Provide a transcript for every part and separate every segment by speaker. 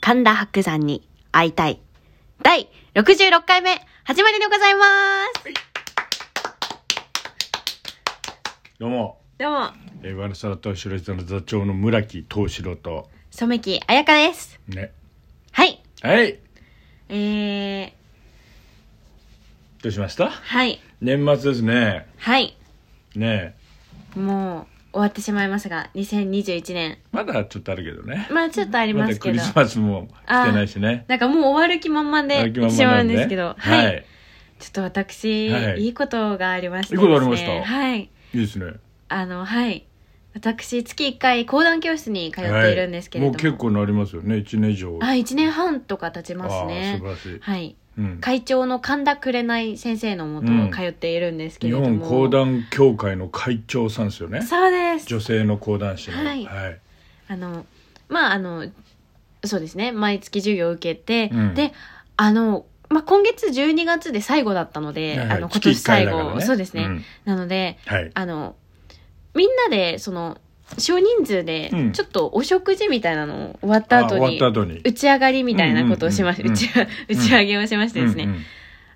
Speaker 1: 神田伯山に会いたい。第66回目、始まりでございます。
Speaker 2: どうも、
Speaker 1: どうも、
Speaker 2: えー、ワルサワとシロイさんの座長の村木藤四郎と、
Speaker 1: 染木彩香です。
Speaker 2: ね。
Speaker 1: はい。
Speaker 2: はい
Speaker 1: えー、
Speaker 2: どうしました
Speaker 1: はい、
Speaker 2: 年末ですね。
Speaker 1: はい。
Speaker 2: ね
Speaker 1: もう、終わってしまいますが、2021年。
Speaker 2: まだちょっとあるけどね。
Speaker 1: まあちょっとあり
Speaker 2: ま
Speaker 1: ま
Speaker 2: だ
Speaker 1: す
Speaker 2: ク
Speaker 1: け
Speaker 2: リ
Speaker 1: ど。
Speaker 2: スマスも来てないしね。
Speaker 1: なんかもう終わる気満々で、
Speaker 2: 歩きま
Speaker 1: 来てしまうんですけど。
Speaker 2: は。
Speaker 1: はいい。
Speaker 2: い
Speaker 1: ちょっと私、
Speaker 2: はい
Speaker 1: い、いことがありまして
Speaker 2: い
Speaker 1: で
Speaker 2: い
Speaker 1: す
Speaker 2: こ
Speaker 1: ね、
Speaker 2: とありました
Speaker 1: はい。
Speaker 2: いですね。
Speaker 1: あの、はい。私、月1回、講談教室に通っているんですけれども。
Speaker 2: はいもう結構なりますよね。一年以上。
Speaker 1: あ、1年半とか経ちます
Speaker 2: あ
Speaker 1: ね。
Speaker 2: ー素晴らしい。
Speaker 1: はい。
Speaker 2: うん。
Speaker 1: 会長の神田紅先生のもと
Speaker 2: うん
Speaker 1: 通っているんですけ
Speaker 2: 日
Speaker 1: れども。
Speaker 2: 本講談協会の会長さんですよね。
Speaker 1: そうです。
Speaker 2: 女性の講談師の。
Speaker 1: はいあの、まあ、あの、そうですね。毎月授業を受けて、
Speaker 2: うん
Speaker 1: で、あの、まあ、今月12月で最後だったので、
Speaker 2: はい
Speaker 1: あの、今
Speaker 2: 月
Speaker 1: 年
Speaker 2: 一回
Speaker 1: 最
Speaker 2: だから
Speaker 1: 後、そうですね。
Speaker 2: ん
Speaker 1: なので、
Speaker 2: はい。
Speaker 1: あの、みんなで、その、少人数で
Speaker 2: う、ん
Speaker 1: ちょっとお食事みたいなのを終わった
Speaker 2: あ
Speaker 1: 後
Speaker 2: 終わっ
Speaker 1: に
Speaker 2: た、後に。
Speaker 1: 打ち上がりみたいなことをしまし、
Speaker 2: うんうん
Speaker 1: 打
Speaker 2: うん
Speaker 1: ち、打ち上げをしましてですね。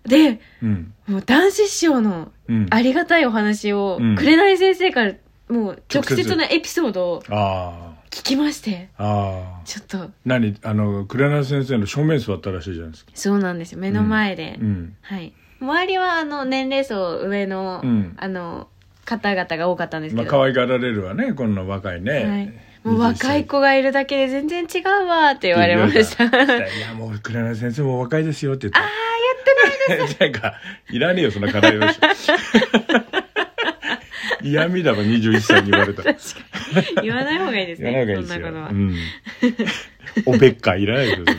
Speaker 1: で、
Speaker 2: うんうん。
Speaker 1: もう男子師匠の
Speaker 2: うんうん。
Speaker 1: ありがたいお話を、
Speaker 2: うん
Speaker 1: 紅先生から、もう直
Speaker 2: 直接
Speaker 1: 接のエピソードを
Speaker 2: あ
Speaker 1: 聞きまして、
Speaker 2: あああ
Speaker 1: ちょっと、
Speaker 2: 何あの紅先生の正面座ったらしいじゃないですか
Speaker 1: そうなんですよ。目の前で。
Speaker 2: うん
Speaker 1: はい。周りは、あの、年齢層上の、
Speaker 2: うん
Speaker 1: あの、方々が多かったんです
Speaker 2: ま
Speaker 1: け
Speaker 2: あ
Speaker 1: ど。
Speaker 2: 可愛がられるわねこんな若
Speaker 1: は
Speaker 2: い
Speaker 1: い
Speaker 2: ね、
Speaker 1: もう若い子がいるだけで全然違うわって言われました。
Speaker 2: いやもう紅先生もお若いですよって言ってああ やってないですなんかいらねえよそんな課題を 嫌味だわ21歳に言われたら
Speaker 1: 言わない方がいいです
Speaker 2: 言わな
Speaker 1: ね。
Speaker 2: い方が
Speaker 1: そ
Speaker 2: い
Speaker 1: んな
Speaker 2: いです
Speaker 1: こ
Speaker 2: よ
Speaker 1: とは
Speaker 2: う。ん、おべっかいらないですよ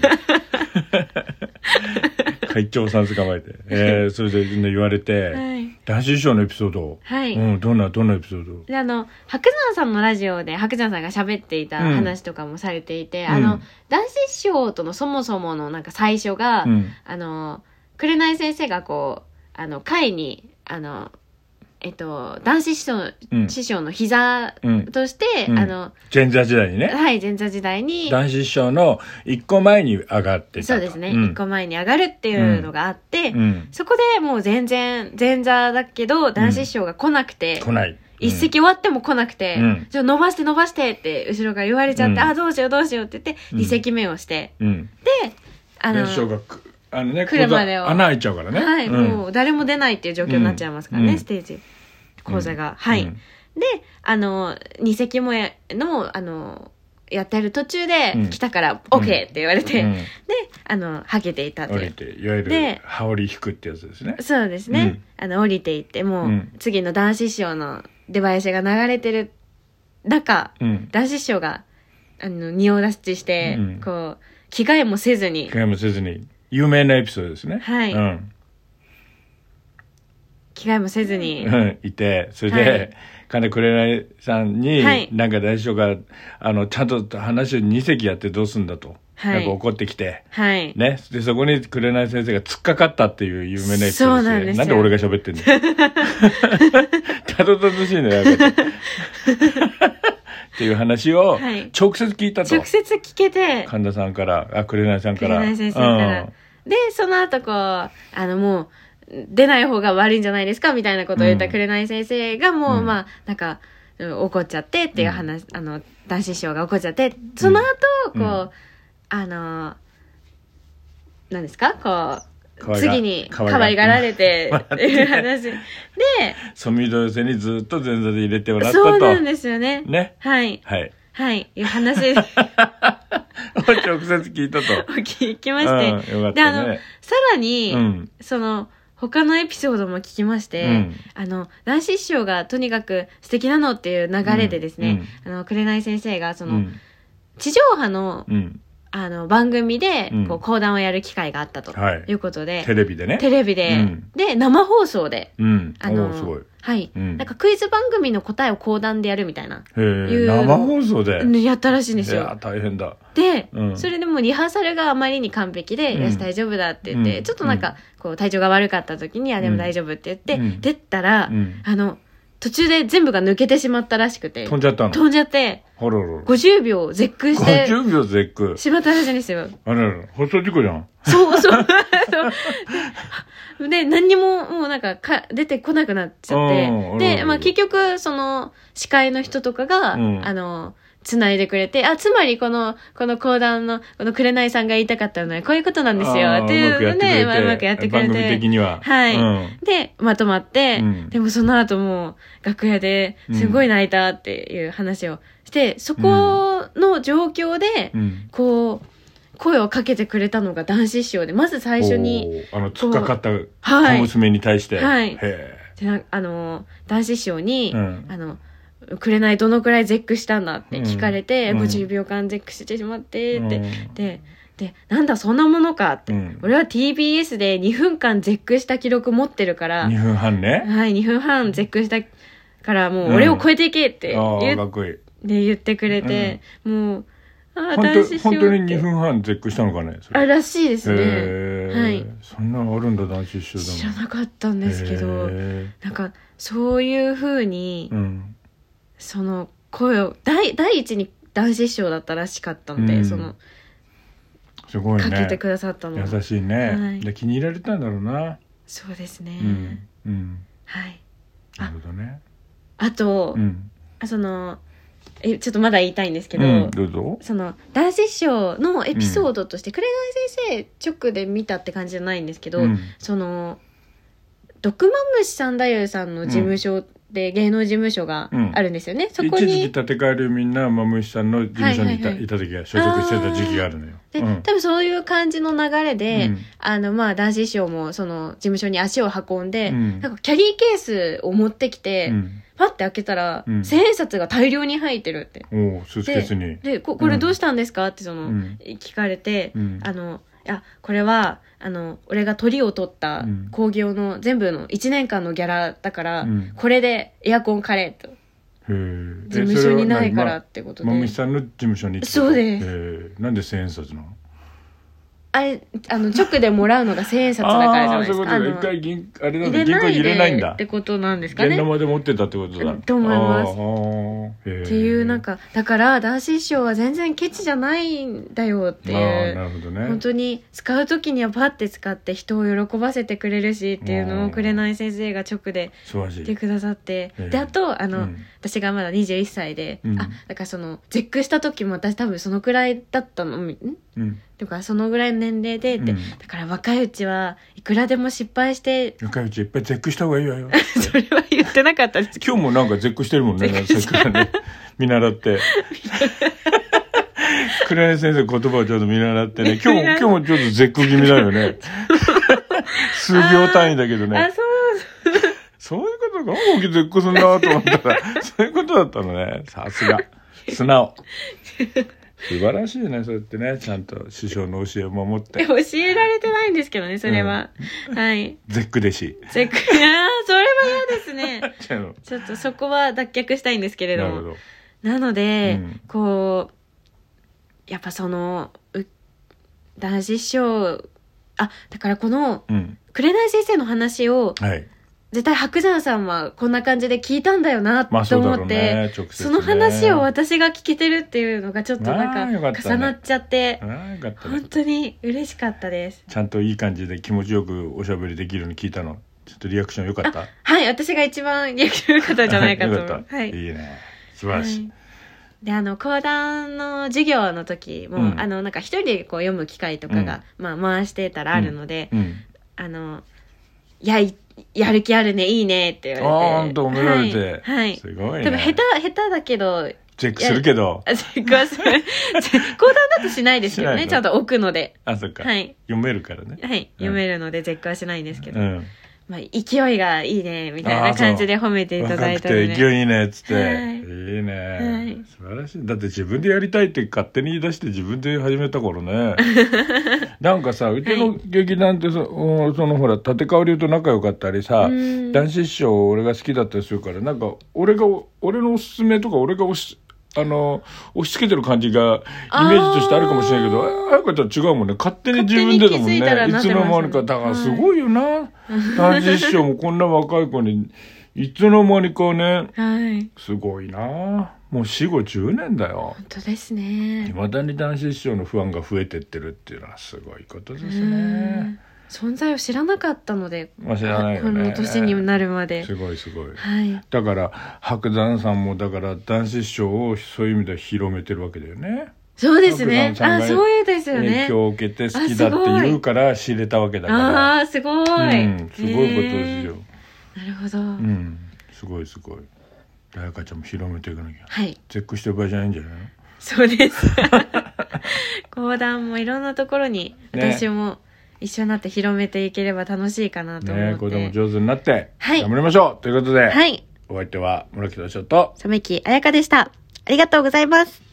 Speaker 2: それ会長さん捕まえて、えー、それで言われて、
Speaker 1: はい。
Speaker 2: 男子衣装のエピソードを
Speaker 1: はい
Speaker 2: うん、どんなどんなエピソード
Speaker 1: で、あの、白山さんのラジオで白山さんが喋っていた
Speaker 2: うん
Speaker 1: 話とかもされていて、
Speaker 2: ん
Speaker 1: あの、男子師匠とのそもそものなんか最初が、
Speaker 2: うん
Speaker 1: あの、紅先生がこう、あの、会に、あの、えっと、男子師匠,、
Speaker 2: うん
Speaker 1: 師匠の膝
Speaker 2: うん
Speaker 1: として、
Speaker 2: うん
Speaker 1: あの、
Speaker 2: ジェンザー時代にね
Speaker 1: はい、前座時代に、
Speaker 2: 男子衣装の一個前に上がってたと
Speaker 1: そうですね、一
Speaker 2: ん、
Speaker 1: 個前に上がるっていうのがあって、
Speaker 2: うん
Speaker 1: そこでもう全然前座だけど男子師匠が来なくて、
Speaker 2: 来ない
Speaker 1: 一席終わっても来なくて、
Speaker 2: うん
Speaker 1: じゃあ伸ばして伸ばしてって後ろから言われちゃって、
Speaker 2: うん
Speaker 1: あどうしようどうしようって言って
Speaker 2: うん
Speaker 1: 二席目をして、
Speaker 2: うん、うん、
Speaker 1: あの
Speaker 2: 男子衣装がくあのね
Speaker 1: 来るまでを
Speaker 2: 講座穴開いちゃうからね
Speaker 1: はい、
Speaker 2: うん、
Speaker 1: もう誰も出ないっていう状況になっちゃいますからね、
Speaker 2: うん
Speaker 1: ステージ講座が、はい、
Speaker 2: うん
Speaker 1: であの二席目のあのやってる途中で
Speaker 2: うん
Speaker 1: 来たから、オッ OK って言われて、
Speaker 2: うん
Speaker 1: であのはけていたと
Speaker 2: 降
Speaker 1: い
Speaker 2: り
Speaker 1: う
Speaker 2: ていわゆ
Speaker 1: で
Speaker 2: る羽織引くってやつですね
Speaker 1: そうですね、あの降りていってもう、
Speaker 2: うん
Speaker 1: 次の男子師匠の出囃子が流れてる中
Speaker 2: うん
Speaker 1: 男子師匠があの仁王立ちして、
Speaker 2: うん
Speaker 1: こう着替えもせずに
Speaker 2: 着替えもせずに有名なエピソードですね
Speaker 1: はい
Speaker 2: うん
Speaker 1: 着替えもせずに、
Speaker 2: うん、 いて、それ
Speaker 1: はい
Speaker 2: で、金くれないさんに、
Speaker 1: はい
Speaker 2: なんか大将が、あの、ちゃんと話を2席やってどうすんだと、
Speaker 1: はい
Speaker 2: なんか怒ってきて、
Speaker 1: はい
Speaker 2: ね。で、そこにくれない先生が突っかかったっていう有名なエピソード
Speaker 1: そうなんですよ
Speaker 2: なんで俺が 喋ってんのたどたどしいのよ、やっぱり っていう話を
Speaker 1: はい、
Speaker 2: 直接聞いたと。
Speaker 1: 直接聞けて
Speaker 2: 神田さんから、あ、くれないさんから。
Speaker 1: 紅先生から、
Speaker 2: うん
Speaker 1: でその後こうあのもう出ない方が悪いんじゃないですかみたいなことを言った
Speaker 2: うん
Speaker 1: 紅先生がもう、
Speaker 2: うん
Speaker 1: まあなんかうん怒っちゃってっていう話、あの男子師匠が怒っちゃってその後こう、
Speaker 2: うん
Speaker 1: あの何ですかこ
Speaker 2: 可
Speaker 1: う
Speaker 2: 愛が
Speaker 1: 次に可
Speaker 2: 可愛が
Speaker 1: 愛がられて
Speaker 2: 笑
Speaker 1: っ
Speaker 2: ってて
Speaker 1: いう 話で
Speaker 2: ソミド寄せにずっと前座で入れてもらったと。
Speaker 1: そうなんですよね
Speaker 2: ね。
Speaker 1: はい
Speaker 2: はい。
Speaker 1: はいいう話を
Speaker 2: を直接聞いたと。
Speaker 1: 聞きまして、
Speaker 2: うん、よかっ
Speaker 1: であ
Speaker 2: た
Speaker 1: の
Speaker 2: ね。
Speaker 1: さらに、
Speaker 2: うん。
Speaker 1: その他のエピソードも聞きまして、
Speaker 2: うん
Speaker 1: あの男子師匠がとにかく素敵なのっていう流れでですね、あの紅先生がその、
Speaker 2: うん。
Speaker 1: 地上波の
Speaker 2: うん。
Speaker 1: あの番組で
Speaker 2: うん
Speaker 1: こう講談をやる機会があったと
Speaker 2: はい
Speaker 1: いうことで、
Speaker 2: テレビでね。
Speaker 1: テレビで、
Speaker 2: うん
Speaker 1: で生放送で。
Speaker 2: うん。
Speaker 1: あ
Speaker 2: おーすごい
Speaker 1: の。はい、
Speaker 2: うん
Speaker 1: なんかクイズ番組の答えを講談でやるみたいな、
Speaker 2: へ
Speaker 1: いう
Speaker 2: え。生放送で。
Speaker 1: やったらしいんです
Speaker 2: いや
Speaker 1: よ
Speaker 2: ー、大変だ。
Speaker 1: で、
Speaker 2: うん
Speaker 1: それでもうリハーサルがあまりに完璧で「
Speaker 2: うん
Speaker 1: よし大丈夫だ」って言って、
Speaker 2: うん
Speaker 1: ちょっとなんかこう体調が悪かった時に「あでも大丈夫」って言って、
Speaker 2: うん
Speaker 1: 出たら、
Speaker 2: うん。
Speaker 1: あの、途中で全部が抜けてしまったらしくて、
Speaker 2: 飛んじゃったの
Speaker 1: 飛んじゃって、
Speaker 2: あららら。
Speaker 1: 50秒絶句して、
Speaker 2: 50秒絶句。
Speaker 1: しまったらしいんですよ。
Speaker 2: あららら、放送事故じゃん。
Speaker 1: そうそう。そう で、何にも、もうなんかか、出てこなくなっちゃっ
Speaker 2: うん
Speaker 1: て。
Speaker 2: う
Speaker 1: で、
Speaker 2: ん
Speaker 1: まあ結局、その、司会の人とかが、
Speaker 2: うん
Speaker 1: あの、繋いでくれて、あ、つまりこの、この講談の、この紅さんが言いたかったのは、こういうことなんです
Speaker 2: あー
Speaker 1: よ。っていうので、
Speaker 2: う
Speaker 1: まあうま
Speaker 2: ま
Speaker 1: く
Speaker 2: く
Speaker 1: や
Speaker 2: や
Speaker 1: っ
Speaker 2: ってて
Speaker 1: く
Speaker 2: くれ
Speaker 1: れ
Speaker 2: て。番組的
Speaker 1: て。
Speaker 2: には。
Speaker 1: はい
Speaker 2: うん
Speaker 1: で、まとまって、
Speaker 2: うん
Speaker 1: でもその後も、楽屋で、すごい泣いたっていう話をして、そこの状況で、
Speaker 2: うん。
Speaker 1: こう、声をかけてくれたのが男子師匠で、まず最初に、
Speaker 2: おー。あの、突っかかった
Speaker 1: は
Speaker 2: 小
Speaker 1: い。
Speaker 2: 娘に対して。
Speaker 1: はい
Speaker 2: へえ。
Speaker 1: でなあの、男子師匠に、
Speaker 2: うん
Speaker 1: あの、紅どのくらい絶句したんだって聞かれて、
Speaker 2: うん
Speaker 1: 50秒間絶句してしまって、って、
Speaker 2: うん
Speaker 1: で、で、なんだそんなものかって。
Speaker 2: うん
Speaker 1: 俺は TBS で2分間絶句した記録持ってるから、
Speaker 2: 2分半ね。
Speaker 1: はい、2分半絶句したから、もう俺を超えていけって
Speaker 2: ああ、
Speaker 1: 言,、
Speaker 2: かっこいい。
Speaker 1: で言ってくれて、もう、ああ、
Speaker 2: 本
Speaker 1: 男子
Speaker 2: 当
Speaker 1: 師匠
Speaker 2: 本
Speaker 1: って
Speaker 2: 当に2分半絶句したのかね。それ
Speaker 1: あ、らしいですね。
Speaker 2: へえ
Speaker 1: はい
Speaker 2: そんなのあるんだ、男子一
Speaker 1: 知
Speaker 2: 緒
Speaker 1: ら
Speaker 2: だもん。
Speaker 1: なかったんですけど、
Speaker 2: へえ
Speaker 1: なんか、そういう風に、
Speaker 2: うん。
Speaker 1: その声を第第一に男子師匠だったらしかったので、
Speaker 2: うん
Speaker 1: その
Speaker 2: すごい
Speaker 1: かけ
Speaker 2: ね
Speaker 1: て。くださったの、
Speaker 2: 優しい
Speaker 1: は
Speaker 2: ね
Speaker 1: い。
Speaker 2: で気に入られたんだろうな。
Speaker 1: そうですね、
Speaker 2: うん。うん。
Speaker 1: はい
Speaker 2: なるほどね。
Speaker 1: あと、
Speaker 2: うん。
Speaker 1: あそのえちょっとまだ言いたいんですけど、
Speaker 2: うん、どうぞ。
Speaker 1: その男子師匠のエピソードとして紅先生直で見たって感じじゃないんですけど、
Speaker 2: うん
Speaker 1: その毒マムシ三太夫さんの事務所で、芸能事務所があるんですよね、そこ
Speaker 2: 一時期
Speaker 1: に
Speaker 2: 立て替えるみんなマムシさんの事務所にいた,、
Speaker 1: はいはいはい
Speaker 2: いた時は所属してた時期があるのよ。
Speaker 1: で、
Speaker 2: うん
Speaker 1: 多分そういう感じの流れで、
Speaker 2: うん
Speaker 1: あの、まあ、男子師匠も、その、事務所に足を運んで、
Speaker 2: うん
Speaker 1: なんか、キャリーケースを持ってきて、
Speaker 2: うん
Speaker 1: パッて開けたら、
Speaker 2: うん
Speaker 1: 千円札が大量に入ってるって。
Speaker 2: おうスーツケースに。
Speaker 1: で、ここれどうしたんですかって、その、
Speaker 2: うん
Speaker 1: 聞かれて、
Speaker 2: うん
Speaker 1: あの、いや、これは、あの、俺が鳥を取った
Speaker 2: うん
Speaker 1: 工業の全部の1年間のギャラだから、
Speaker 2: うん
Speaker 1: これでエアコン借れと。
Speaker 2: へえ
Speaker 1: 事務所にないからってこと
Speaker 2: そ
Speaker 1: で。
Speaker 2: れは何まマムシさんの事務所に行ってた
Speaker 1: そうです
Speaker 2: へえなんで千円札なの
Speaker 1: あれ、あの、直でもらうのが千円札だからじゃ
Speaker 2: あ
Speaker 1: な
Speaker 2: あ
Speaker 1: いで
Speaker 2: そう
Speaker 1: す
Speaker 2: いうこ
Speaker 1: か。あ
Speaker 2: と
Speaker 1: の
Speaker 2: で一回銀あれなんだ
Speaker 1: 入
Speaker 2: 銀行に入れ
Speaker 1: れ
Speaker 2: ない
Speaker 1: な
Speaker 2: ん
Speaker 1: いでっ
Speaker 2: だ。
Speaker 1: てことなんですか
Speaker 2: 現
Speaker 1: ね。
Speaker 2: 玉で持ってたってことだ。
Speaker 1: と思います
Speaker 2: ああああへえ
Speaker 1: っていうなんかだから男子師匠は全然ケチじゃないんだよって
Speaker 2: あ
Speaker 1: い
Speaker 2: あ
Speaker 1: う、
Speaker 2: なるほどね。
Speaker 1: 本当に使う時にはパッて使って人を喜ばせてくれるしっていうの
Speaker 2: う
Speaker 1: を
Speaker 2: ん
Speaker 1: 紅先生が直で
Speaker 2: 素晴らし
Speaker 1: 言
Speaker 2: い。
Speaker 1: ってくださって、
Speaker 2: ええ
Speaker 1: であとあの、
Speaker 2: うん
Speaker 1: 私がまだ21歳で、
Speaker 2: うん
Speaker 1: あだからその絶句した時も私多分そのくらいだったのん
Speaker 2: うん。
Speaker 1: とかそのぐらいの年齢でって、
Speaker 2: うん
Speaker 1: だから若いうちはいくらでも失敗して
Speaker 2: 若いうちいっぱい絶句した方がいいわよ。
Speaker 1: それは言ってなかったですけど
Speaker 2: 今日もなんか絶句してるもんね、さっきからね。見習 って。黒柳先生言葉をちょっと見習ってね。今日も、今日もちょっと絶句気味だ よね。数秒単位だけど
Speaker 1: あ
Speaker 2: ね。
Speaker 1: そう
Speaker 2: そういうことか。大きい絶句すんなと思った ら、そういうことだったのね。さすが。素直。素晴らしいね、そうやってね。ちゃんと師匠の教えを守っ
Speaker 1: いや
Speaker 2: て。
Speaker 1: 教えられてないんですけどねそれは、はい
Speaker 2: 絶句弟 子。
Speaker 1: チェックいやーそれは嫌ですね
Speaker 2: じゃあな
Speaker 1: ちょっとそこは脱却したいんですけれど
Speaker 2: る
Speaker 1: も
Speaker 2: ほど。
Speaker 1: なので、
Speaker 2: うん
Speaker 1: こうやっぱそのう男子師匠あだからこの
Speaker 2: うん。
Speaker 1: 紅先生の話を
Speaker 2: はい。
Speaker 1: 絶対白山さんはこんな感じで聞いたんだよな
Speaker 2: まあ
Speaker 1: と
Speaker 2: そうだ
Speaker 1: 思
Speaker 2: ろう
Speaker 1: っ
Speaker 2: ね
Speaker 1: て、。
Speaker 2: 直接、
Speaker 1: そ
Speaker 2: ね。
Speaker 1: の話を私が聞けてるっていうのがちょっと
Speaker 2: あーよ
Speaker 1: な
Speaker 2: かっ
Speaker 1: ん
Speaker 2: た
Speaker 1: か
Speaker 2: ね
Speaker 1: 重なっちゃって、
Speaker 2: ああ、よかったね
Speaker 1: 本当に嬉しかったです
Speaker 2: ちゃんといい感じで気持ちよくおしゃべりできるように聞いたのちょっとリアクション良かった
Speaker 1: はい私が一番できる方じゃない かと
Speaker 2: 良
Speaker 1: 思う、
Speaker 2: った
Speaker 1: はい
Speaker 2: い、いね素晴らしい、
Speaker 1: はいであの講談の授業の時も、
Speaker 2: うん
Speaker 1: あのなんか一人でこう読む機会とかが、まあ、回してたらあるので、
Speaker 2: うん
Speaker 1: あの「いやいやる気あるねいいね」って言われて
Speaker 2: あーほんと褒められて
Speaker 1: はい、はい
Speaker 2: すごいね
Speaker 1: 多分下手下手だけど
Speaker 2: チェックするけど
Speaker 1: あすいま せん講談だとしないですけど
Speaker 2: しない
Speaker 1: ね
Speaker 2: の
Speaker 1: ちゃんと置くので、
Speaker 2: あそっか、
Speaker 1: はい
Speaker 2: 読めるからね
Speaker 1: はい、読めるので絶句はしないんですけど、
Speaker 2: うん
Speaker 1: まあ、勢いがいいねみたいな感じで褒めていただい
Speaker 2: 若く
Speaker 1: たので
Speaker 2: て勢いいいねっつって、
Speaker 1: はい
Speaker 2: い、いね、
Speaker 1: はい
Speaker 2: 素晴らしいだって自分でやりたいって勝手に言い出して自分で始めた 頃ねなんかさうちの劇団ってそ,うん、そのほら立川流と仲良かったりさ
Speaker 1: うん
Speaker 2: 男子師匠俺が好きだったりするからなんか俺が俺のおすすめとか俺がおしあの押し付けてる感じがイメージとしてあるかもしれないけど
Speaker 1: あ
Speaker 2: ああやかちゃん違うもんね勝手に自分でだもんね
Speaker 1: 勝手に気づい
Speaker 2: い
Speaker 1: たらなっ
Speaker 2: つ
Speaker 1: てま
Speaker 2: の
Speaker 1: す
Speaker 2: 間にかだからすごいよな、男子師匠もこんな若い子にいつの間にかね、
Speaker 1: はい。
Speaker 2: すごいなもう死後10年だよ。
Speaker 1: 本当ですね
Speaker 2: い。まだに男子師匠の不安が増えてってるっていうのはすごいことです
Speaker 1: うん
Speaker 2: ね。
Speaker 1: 存在を知らなかったので、
Speaker 2: まあ知らないよ
Speaker 1: こ
Speaker 2: ね。
Speaker 1: の年になるまで。
Speaker 2: すごいすごい。
Speaker 1: はい。
Speaker 2: だから白山さんもだから男子師匠をそういう意味では広めてるわけだよね。
Speaker 1: そうですね
Speaker 2: 奥。さん
Speaker 1: あ、
Speaker 2: が
Speaker 1: そういうですよ
Speaker 2: 影
Speaker 1: ね。
Speaker 2: 響を受けて好きだって言うから知れたわけだから。
Speaker 1: ああー、すごい。
Speaker 2: うん、すごいことですよ。
Speaker 1: えー。なるほど。
Speaker 2: うん、すごいすごい。だやかちゃんも広めていかなきゃ。
Speaker 1: はい。
Speaker 2: 絶句してる場合じゃないんじゃないの
Speaker 1: そうです。 講談もいろんなところに、
Speaker 2: ね
Speaker 1: 私も一緒になって広めていければ楽しいかなと思
Speaker 2: ね
Speaker 1: っ
Speaker 2: え、子
Speaker 1: て。
Speaker 2: 供上手になって、
Speaker 1: はい
Speaker 2: 頑張りましょうということで、
Speaker 1: はい。
Speaker 2: お相手は村木敏夫と、
Speaker 1: 染木彩香でした。ありがとうございます。